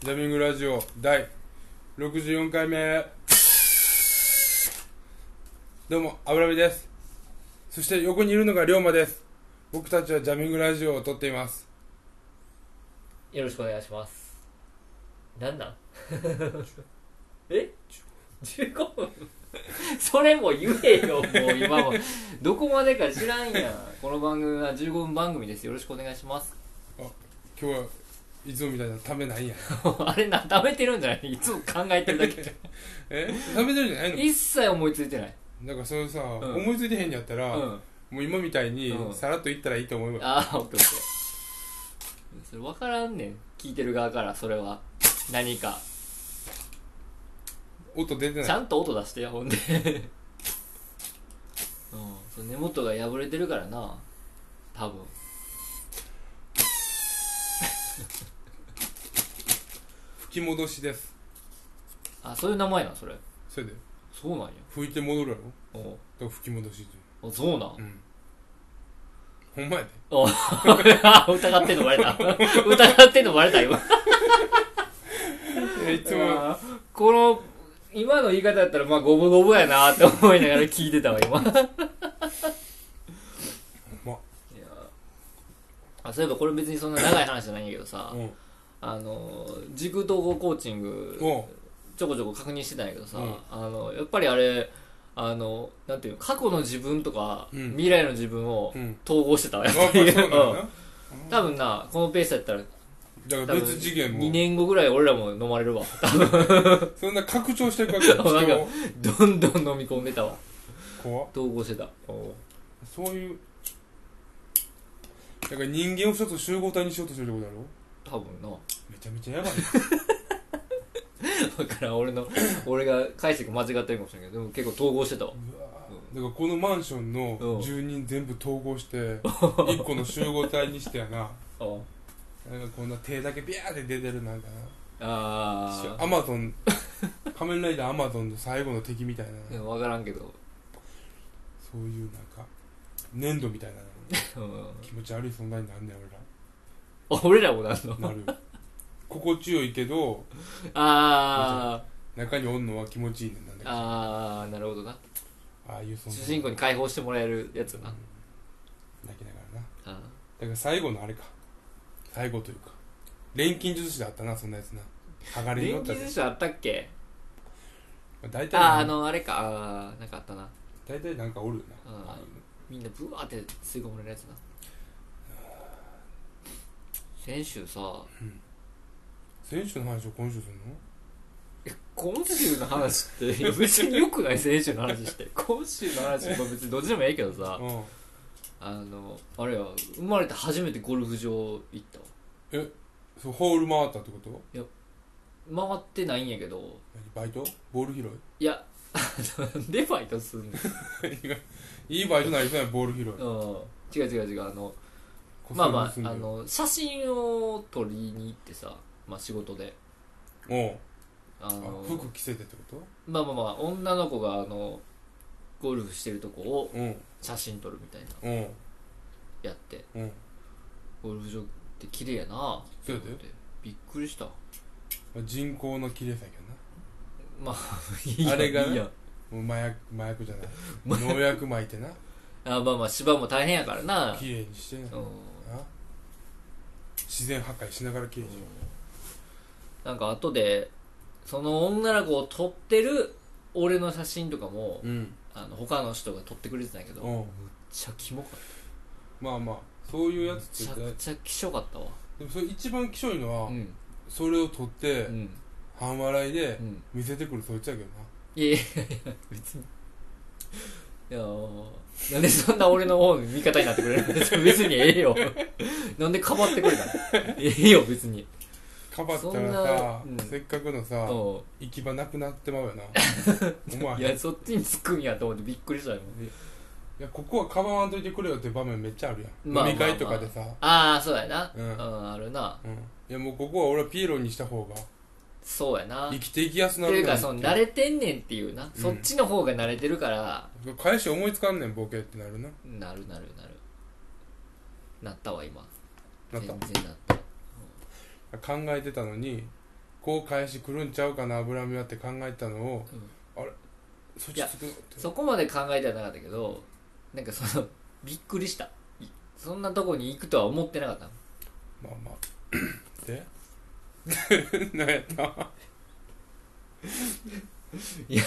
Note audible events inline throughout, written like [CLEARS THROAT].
ジャミングラジオ第64回目どうも油部ですそして横にいるのが龍馬です僕たちはジャミングラジオを撮っていますよろしくお願いしますなんなん [LAUGHS] え15分それも言えよもう今もどこまでか知らんやんこの番組は15分番組ですよろしくお願いします [LAUGHS] 今日はいつもみたいなためないんやあれな食べてるんじゃないいつも考えてるだけじえ食べてるんじゃないゃん一切思いついてないのなんかそれさ、ん思いついてへんやったうら、んもう今みたいにうんさらっと言ったらいいと思います、ああオッケーオッケーそれ分からんねん聞いてる側からそれは何か音出てないちゃんと音出してよほんで [LAUGHS] うんその根元が破れてるからな多分吹き戻しですあそういう名前なんそれそれでそうなんや吹いて戻るやろだかおら吹き戻しっていうおそう [LAUGHS] なんうんほんまやでお疑ってんのバレた [LAUGHS] 疑ってんのバレた今えいつもあーこの今の言い方やったらまあごぼごぼやなって思いながら聞いてた [LAUGHS] わ今いまやあそういえばこれ別にそんな長い話じゃないんやけどさ、うんあの軸統合コーチングおちょこちょこ確認してたんやけどさ、うんあのやっぱりあれあのなんていうの過去の自分とか、うん未来の自分をうん統合してたわやあっまあぱり、そうなんうんだ多分なこのペースやったらなだから別次元2も年後ぐらい俺らも飲まれるわ [LAUGHS] そんな拡張していくわけよそうなんか人をどんどん飲み込んでたわ怖っ統合してたそういうだから人間を一つ集合体にしようとしてるってことだろ多分なめちゃめちゃやばいだからん俺の俺が解釈間違ってるかもしれないけどでも結構統合してたわだからこのマンションの住人全部統合して [LAUGHS] 一個の集合体にしてやななんかこんな手だけビャーって出てるなんかあなアマゾン仮面ライダーアマゾンの最後の敵みたいなあ分からんけど、そういうなんか粘土みたいなうん、 [LAUGHS] 気持ち悪い存在になんねん俺ら俺らもなんのなる心地よいけどあ中におんのは気持ちいいねんなんーだああーなるほどなああいう存在主人公に解放してもらえるやつな、泣きながらなあーだから最後のあれか最後というか錬金術師だったなそんなやつな剥がれに乗電った気で寿司あったっけまあ大体あーあなのあれかあーなんかあったな大体なんかおるよなうんああいうのみんなブワーって吸い込まれるやつな先週さ選手の話を今週するの今週の話っていや別によくない先週の話して今週の話は別にどっちでもええけどさうんあのあれや生まれて初めてゴルフ場行ったそうホール回ったってことわ回ってないんやけど何バイトボール拾いや [LAUGHS] あのなんでバイトすんいの、いいバイトになりそうやんボール拾いうん、違う違う違うあのこっまそあり盗まんあであの写真を撮りに行ってさ、まあ、仕事でおうあのあ服着せてってこまあまあまあ女の子があのゴルフしてるとこをとうん写真撮るみたいなうんやってうんゴルフ場って綺麗やなそうやでと思ってびっくりしたまあ人工の綺麗さやけどなまあ [LAUGHS] いいやあれがねいいやもう麻薬麻薬じゃない農薬撒いてなあまあまあ芝も大変やからな綺麗にしてなうんな自然破壊しながら綺麗にしよなんか後でその女の子を撮ってる俺の写真とかもううんあの他の人が撮ってくれてたんやけどめっうんちゃキモかったまあまあそういうやめつちっゃてくちゃきしょかったわでもそれ一番きしょいのは、うんそれを取って、うん半笑いでうん見せてくるそいつやけどないやいやいや別にいやーなんでそんな俺の方の味方になってくれるんですか別にええよなんでかばってくれたのええよ別にかばったらさ、そんなうんせっかくのさ、う行き場なくなってまう [LAUGHS] よなおん前いいややそっちにつくんやと思ってびっくりしたよここはかばわんといてくれよって場面めっちゃあるやん、まあまあまあ飲み会とかでさ、ああそうやなうんうんあるなうん、いやもうここは俺はピエロにした方がそうやな生きていきやすなっているうなかんてその慣れてんねんっていうな、うんそっちの方が慣れてるから返し思いつかんねんボケってなるななるなるなるなったわ今なった全然なった考えてたのにこう返し来るんちゃうかな脂身はって考えたのを、あれそっちつくのってそこまで考えてはなかったけどなんかその [LAUGHS] びっくりしたいそんなとこに行くとは思ってなかったまあまあ [CLEARS THROAT] で [LAUGHS] 何やったいや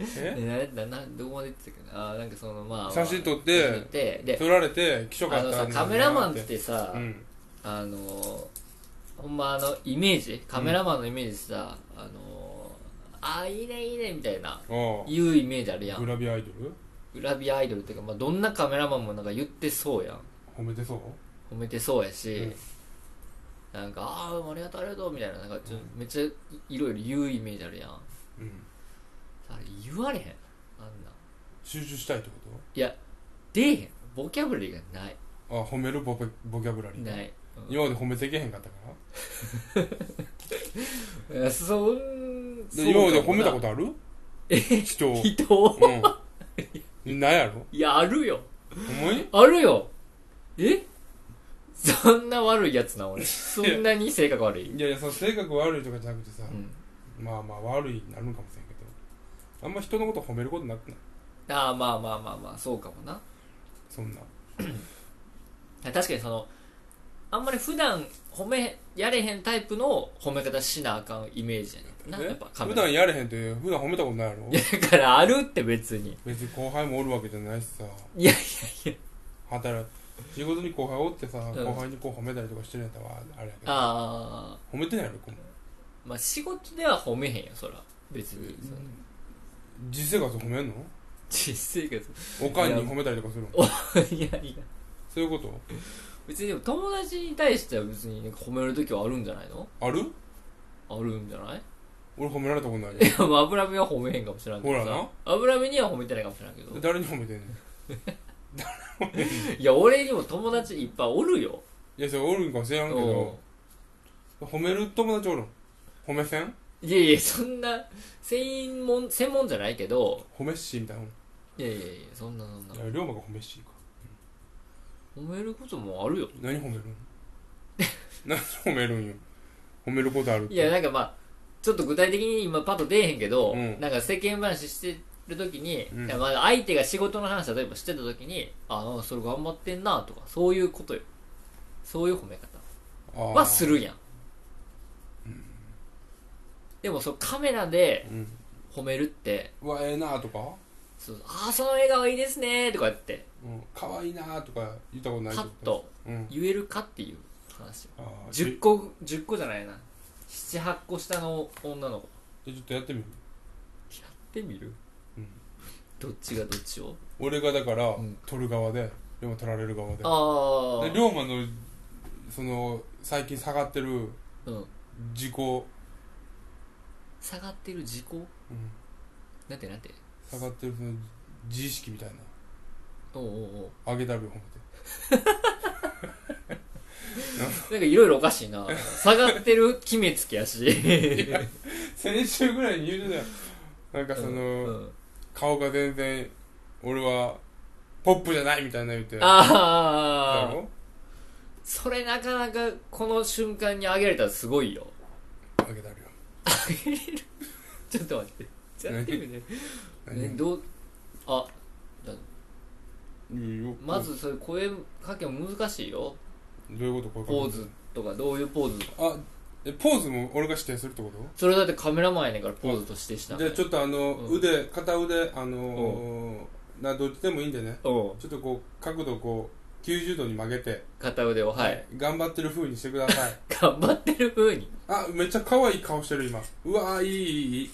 ええなななどこまで行ってたっけなあーなんかそのまあ写真撮って写真撮ってで撮られて気色かあっのたさカメラマンってさ、うんあのーほんまあのイメージカメラマンのイメージさ、あのーあーいいねいいねみたいなあいうイメージあるやあんグラビアアイドルグラビアアイドルっていうか、まあ、どんなカメラマンもなんか言ってそうやん褒めてそう褒めてそうやし、うんなんかああありがとうありがとうみたいななんかちょめっちゃいいろいろ言うイメージあるやんあうんれ言われへんあんなん集中したいってこいや出えへんボキャブラリーがないとあ褒めるボケボキャブラリーない、今まで褒めていけへんかったかうんいやそんらで今まで褒めたこととあるえ人を人をうんないやろいやあるよほんまにあるよえそんな悪いやつな俺そんなに性格悪い、いやいやその性格悪いとかじゃなくてさ、うん、まあまあ悪いになるんかもしれんけどあんま人のこと褒めることなくないああまあまあまあまあそうかもなそんな確かにそのあんまり普段褒めやれへんタイプの褒め方しなあかんイメージやねんなえやっぱカメ普ラ段やれへんって普段褒めたことないやろいやだからあるって別に別に後輩もおるわけじゃないしさいやいやい働く仕事に後輩おってさ、ん後輩にこう褒めたりとかしてるんやったらあれやけどああ褒めてないやろこのまあ仕事では褒めへんよそら別にその実生活褒めんの実生おかんに褒めたりとかするの活 [LAUGHS] いやいやそういうこと別にでも友達に対しては別に褒める時はあるんじゃないのあるあるんじゃない [LAUGHS] 俺褒められたことないよいやまあ油身は褒めへんかもしれんけほどらさな油身には褒めてないかもしれんけど誰に褒めてんねんいや俺にも友達いっぱいおるよいやそれおるんかもしれんけど褒める友達おるん褒めせんいやいやそんな専門専門じゃないけど褒めっしーみたいないやいやいやそんなそんなのいや龍馬が褒めっしーか褒めることもあるよ何褒めるん [LAUGHS] 何褒めるんよ褒めることあるっていやなんかまあちょっと具体的に今パッと出えへんけど、うんなんか世間話してる時に、うんいやまあ相手が仕事の話例えばしてた時にああそれ頑張ってんなとかそういうことよそういう褒め方あーはするやん、でもそうカメラでうん褒めるってうわええなとか、そうああその笑顔いいですねとか言ってうん、かわいいなとか言ったことないパッとうん言えるかっていう話あー10個10個じゃないな78個下の女の子えちょっとやってみるやってみる、うんどっちがどっちを俺がだから、ん取る側で龍馬取られる側であで龍馬のその最近下がってるあ、うん、自己、うん、下がってる時効なんてなんて下がってるその自意識みたいなおうおうおう上げたるよ褒めてなんかいろいろおかしい [LAUGHS] な下がってる決めつけやし先週ぐらいに言うてたよなんかその、うんうん顔が全然俺はポップじゃないみたいな言うてだああろそれなかなかこの瞬間に上げられたらすごいよ上げたるよちょっと待ってやってみて、ね、何どうあいいよまずそれ声かけも難しいよどういうことポーズとかどういうポーズあえポーズも俺が指定するってことそれだってカメラマンやねんからポーズとしてしたじゃあちょっとあの、うん腕片腕あのー、などっちでもいいんでねうんちょっとこう角度をこう90度に曲げて、片腕をはい [LAUGHS] 頑張ってる風にしてください頑張ってる風にあめっちゃ可愛い顔してる今うわーいいい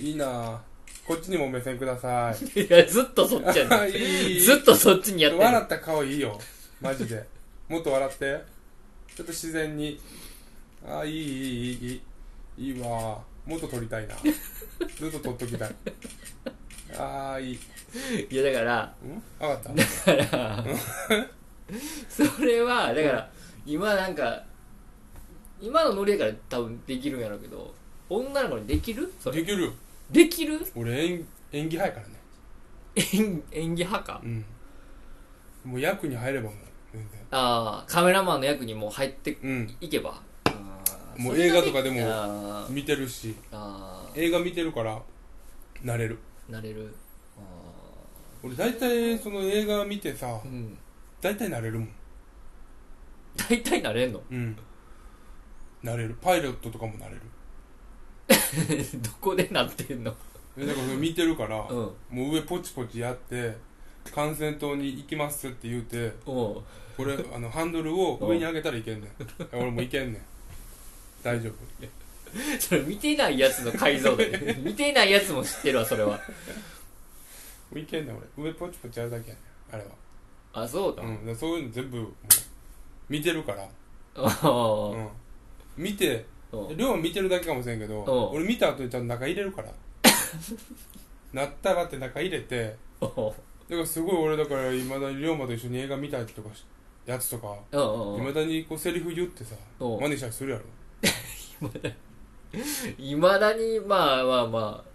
いいいなあこっちにも目線くださいいやずっとそっちやあねいいいんいずっとそっちにやって笑るった顔いいよマジでもっと笑ってちょっと自然にあいいいいいいいいいいわもっと撮りたいなずっと撮っときたいあーいいいやだからん分かっただからそれはだから今なんか今のノリやから多分できるんやろうけど女の子にできるそれできるよできる俺演演技派やからね演演技派かうんもう役に入ればもう全ああカメラマンの役にもう入って然いけばあもう映画とかでもあー見てるしあー映画見てるからなれるなれるあ俺大体その映画見てさーうん大体なれるもん大体なれんのうんなれるパイロットとかもなれる [LAUGHS] どこでなってんのえだからそれ見てるから、うんもう上ポチポチやって幹線塔に行きますって言うておうこれあのハンドルを上に上げたらいけんねん俺もいけんねん大丈夫それ見てないやつの改造だ [LAUGHS] よ見てないやつも知ってるわそれはもういけんねん俺上ポチポチやるだけやねんあれは、あそうだ、うん、だからそういうの全部もう見てるから、おう、うん見ておう量は見てるだけかもしれんけどうん俺見た後にちゃんと中入れる [LAUGHS] からなったらって中入れておうだからすごい俺だからいまだに龍馬と一緒に映画見たりとかしやつとかおうおいうまだにこうセリフ言ってさおう真似したりするやろいまだにまあまあまあ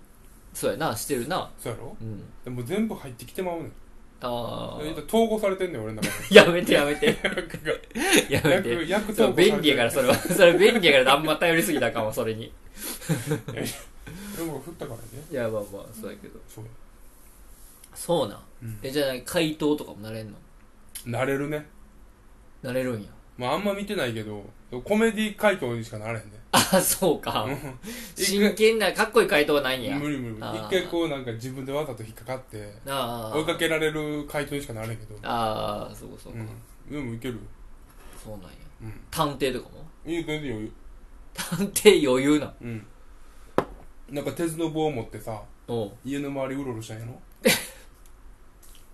そうやなしてるなそうやろうんでも全部入ってきてまうねんあだからあ統合されてんねん俺の中 [LAUGHS] でやめてやめてやめ役て役統そう合されて便利やからそれはそれ便利やからあんま頼りすぎたらあかもそれに龍馬が振ったからねいやまあまあそうやけどそう、そうなんえじゃあ回答とかもなれんのなれるねなれるんやまああんま見てないけどコメディ回答にしかなれへんねあそうか一回真剣なかっこいい回答はないんや無理無理無理あー一回こうなんか自分でわざと引っかかってああ追いかけられる回答にしかなれへんけどああそうかそううか、んでもいけるよそうなんやうん探偵とかも [LAUGHS] いい全然余裕探偵余裕なんうんなんか鉄の棒を持ってさおう家の周りうろうろしたんやろ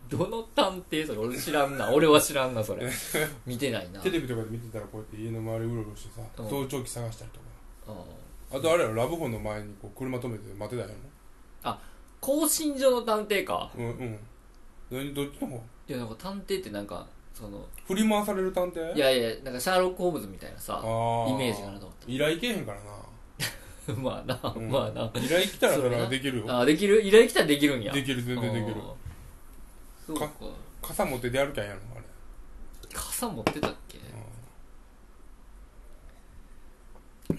どの探偵それ俺知ら [LAUGHS] んな俺は知らんなそれ見てないなテレビとかで見てたらこうやって家の周りうろうろしてさうん盗聴器探したりとかあああとあれやろラブホの前にこう車止めて待ってたんや更新所の探偵かろうんうん何どっちの方いやなんか探偵ってなんかその振り回される探偵いやいやなんかシャーロック・ホームズみたいなさイイメージかなと思依頼いけへんからなって [LAUGHS] まあな、うんまあな依頼来たらそそれれはなできるよああできる依頼来たらできるんやできる全然できるああそうかか傘持って出歩きゃんやろあれ傘持ってたっけ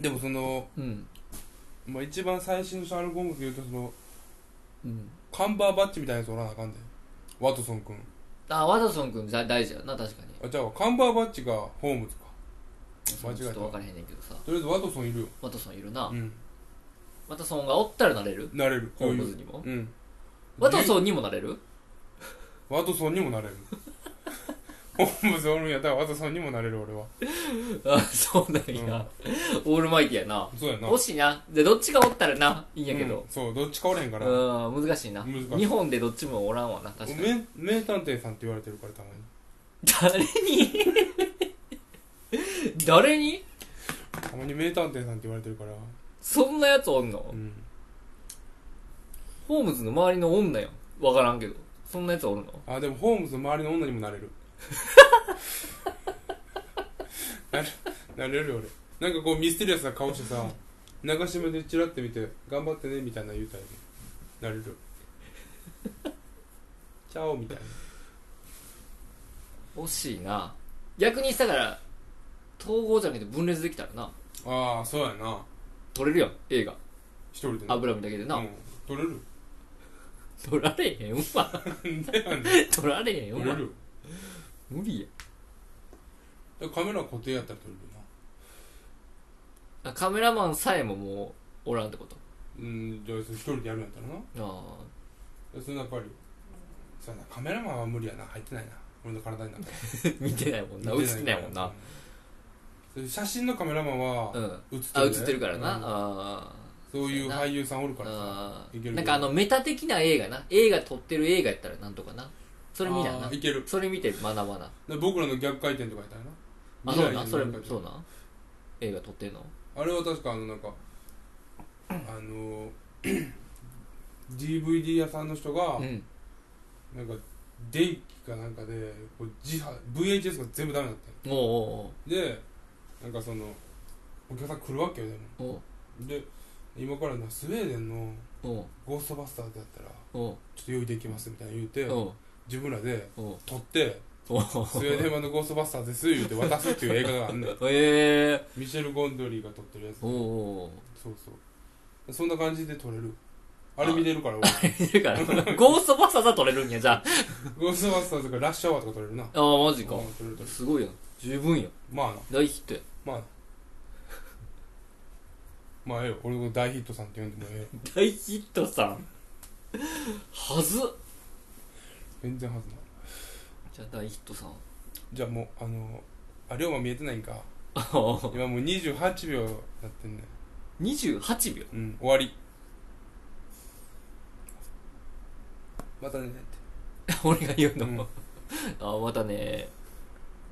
でもその、うんまあ、一番最新のシャーロック・ホームズで言うとそのうんカンバーバッチみたいなやつおらなあかんでワトソン君あワトソン君だ大事やな確かにあじゃあカンバーバッチがホームズか間違えたちょっと分からへんねんけどさとりあえずワトソンいるよワトソンいるな、うんワトソンがおったらなれるなれるホーム余ズ裕にもうんワトンソンにもなれるワトソンにもなれ [LAUGHS] るホームズおるんやったらワトソンにもなれる俺はあそうなんや、オールマイティやなそうやな惜しいなでどっちがおったらないいんやけうどん、そうどっちかおれへんかうらん、難しいな難しい日本でどっちもおらんわな確かに名名探偵さんって言われてるからたまに誰に [LAUGHS] 誰にたまに名探偵さんって言われてるからそんなやつおんの、うんホームズの周りの女やん分からんけどそんなやつおるのあでもホームズの周りの女にもなれるなれなれるよ俺なんかこうミステリアスな顔してさ流し目でチラって見て頑張ってねみたいな言うたりなれるよちゃおみたいな惜しいな逆にしたから統合じゃなくて分裂できたらなああそうやな撮れるやん映画一人で油身だけでな、うん取れる撮られへん [LAUGHS] わなんでやねん撮られへん取れわるよ無理やでカメラ固定やったら取れるよなあカメラマンさえももうおらんってことうんじゃあ一人でやるんやったらなあ [LAUGHS] それやっぱりそうやなカメラマンは無理やな入ってないな俺の体になってあ見てないもんな映ってないもんな、うん写真のカメラマンはう映んってある映ねってるからな、うんあそういうそうやな俳優さんおるーからさあいけーるなんかあのメタ的な映画な映画撮ってる映画やったらなんとかなそれ見ないあなーいけるそれ見て学ばなで僕らの逆回転とかやったらなあ未そう来なのそれ逆回転そうな映画撮ってんのあれは確かあのなんかあの [CLEARS THROAT] DVD 屋さんの人がうんなんか電気かなんかでこう自販 VHS が全部ダメだったおうおうのでなんかそのお客さん来るわけよでもおうで今からなスウェーデンのおうゴーストバスターズだったらおうちょっと用意できますみたいな言うておう自分らでおう撮っておースウェーデン版のゴーストバスターズです言うて渡すっていう映画があんねん [LAUGHS] ええミシェル・ゴンドリーが撮ってるやつー、おーそうそうそんな感じで撮れるあれ見れるから俺 [LAUGHS] いる [LAUGHS] からゴーストバスターズは取れるんやじゃゴーストバスターズとかラッシュアワーとか撮れるなあああマジかうん撮れる撮れるすごいやん十分やんまあな大ヒットやまあなまあええよ俺を大ヒットさんって呼んでもええよ大ヒットさんはず全然はずないじゃあ大ヒットさ [LAUGHS] んじゃあもうあのあ龍馬見えてないんかあー今もう28秒なってんねん28秒 [LAUGHS] うん終わりまたねって俺が言うのうんあーまたねー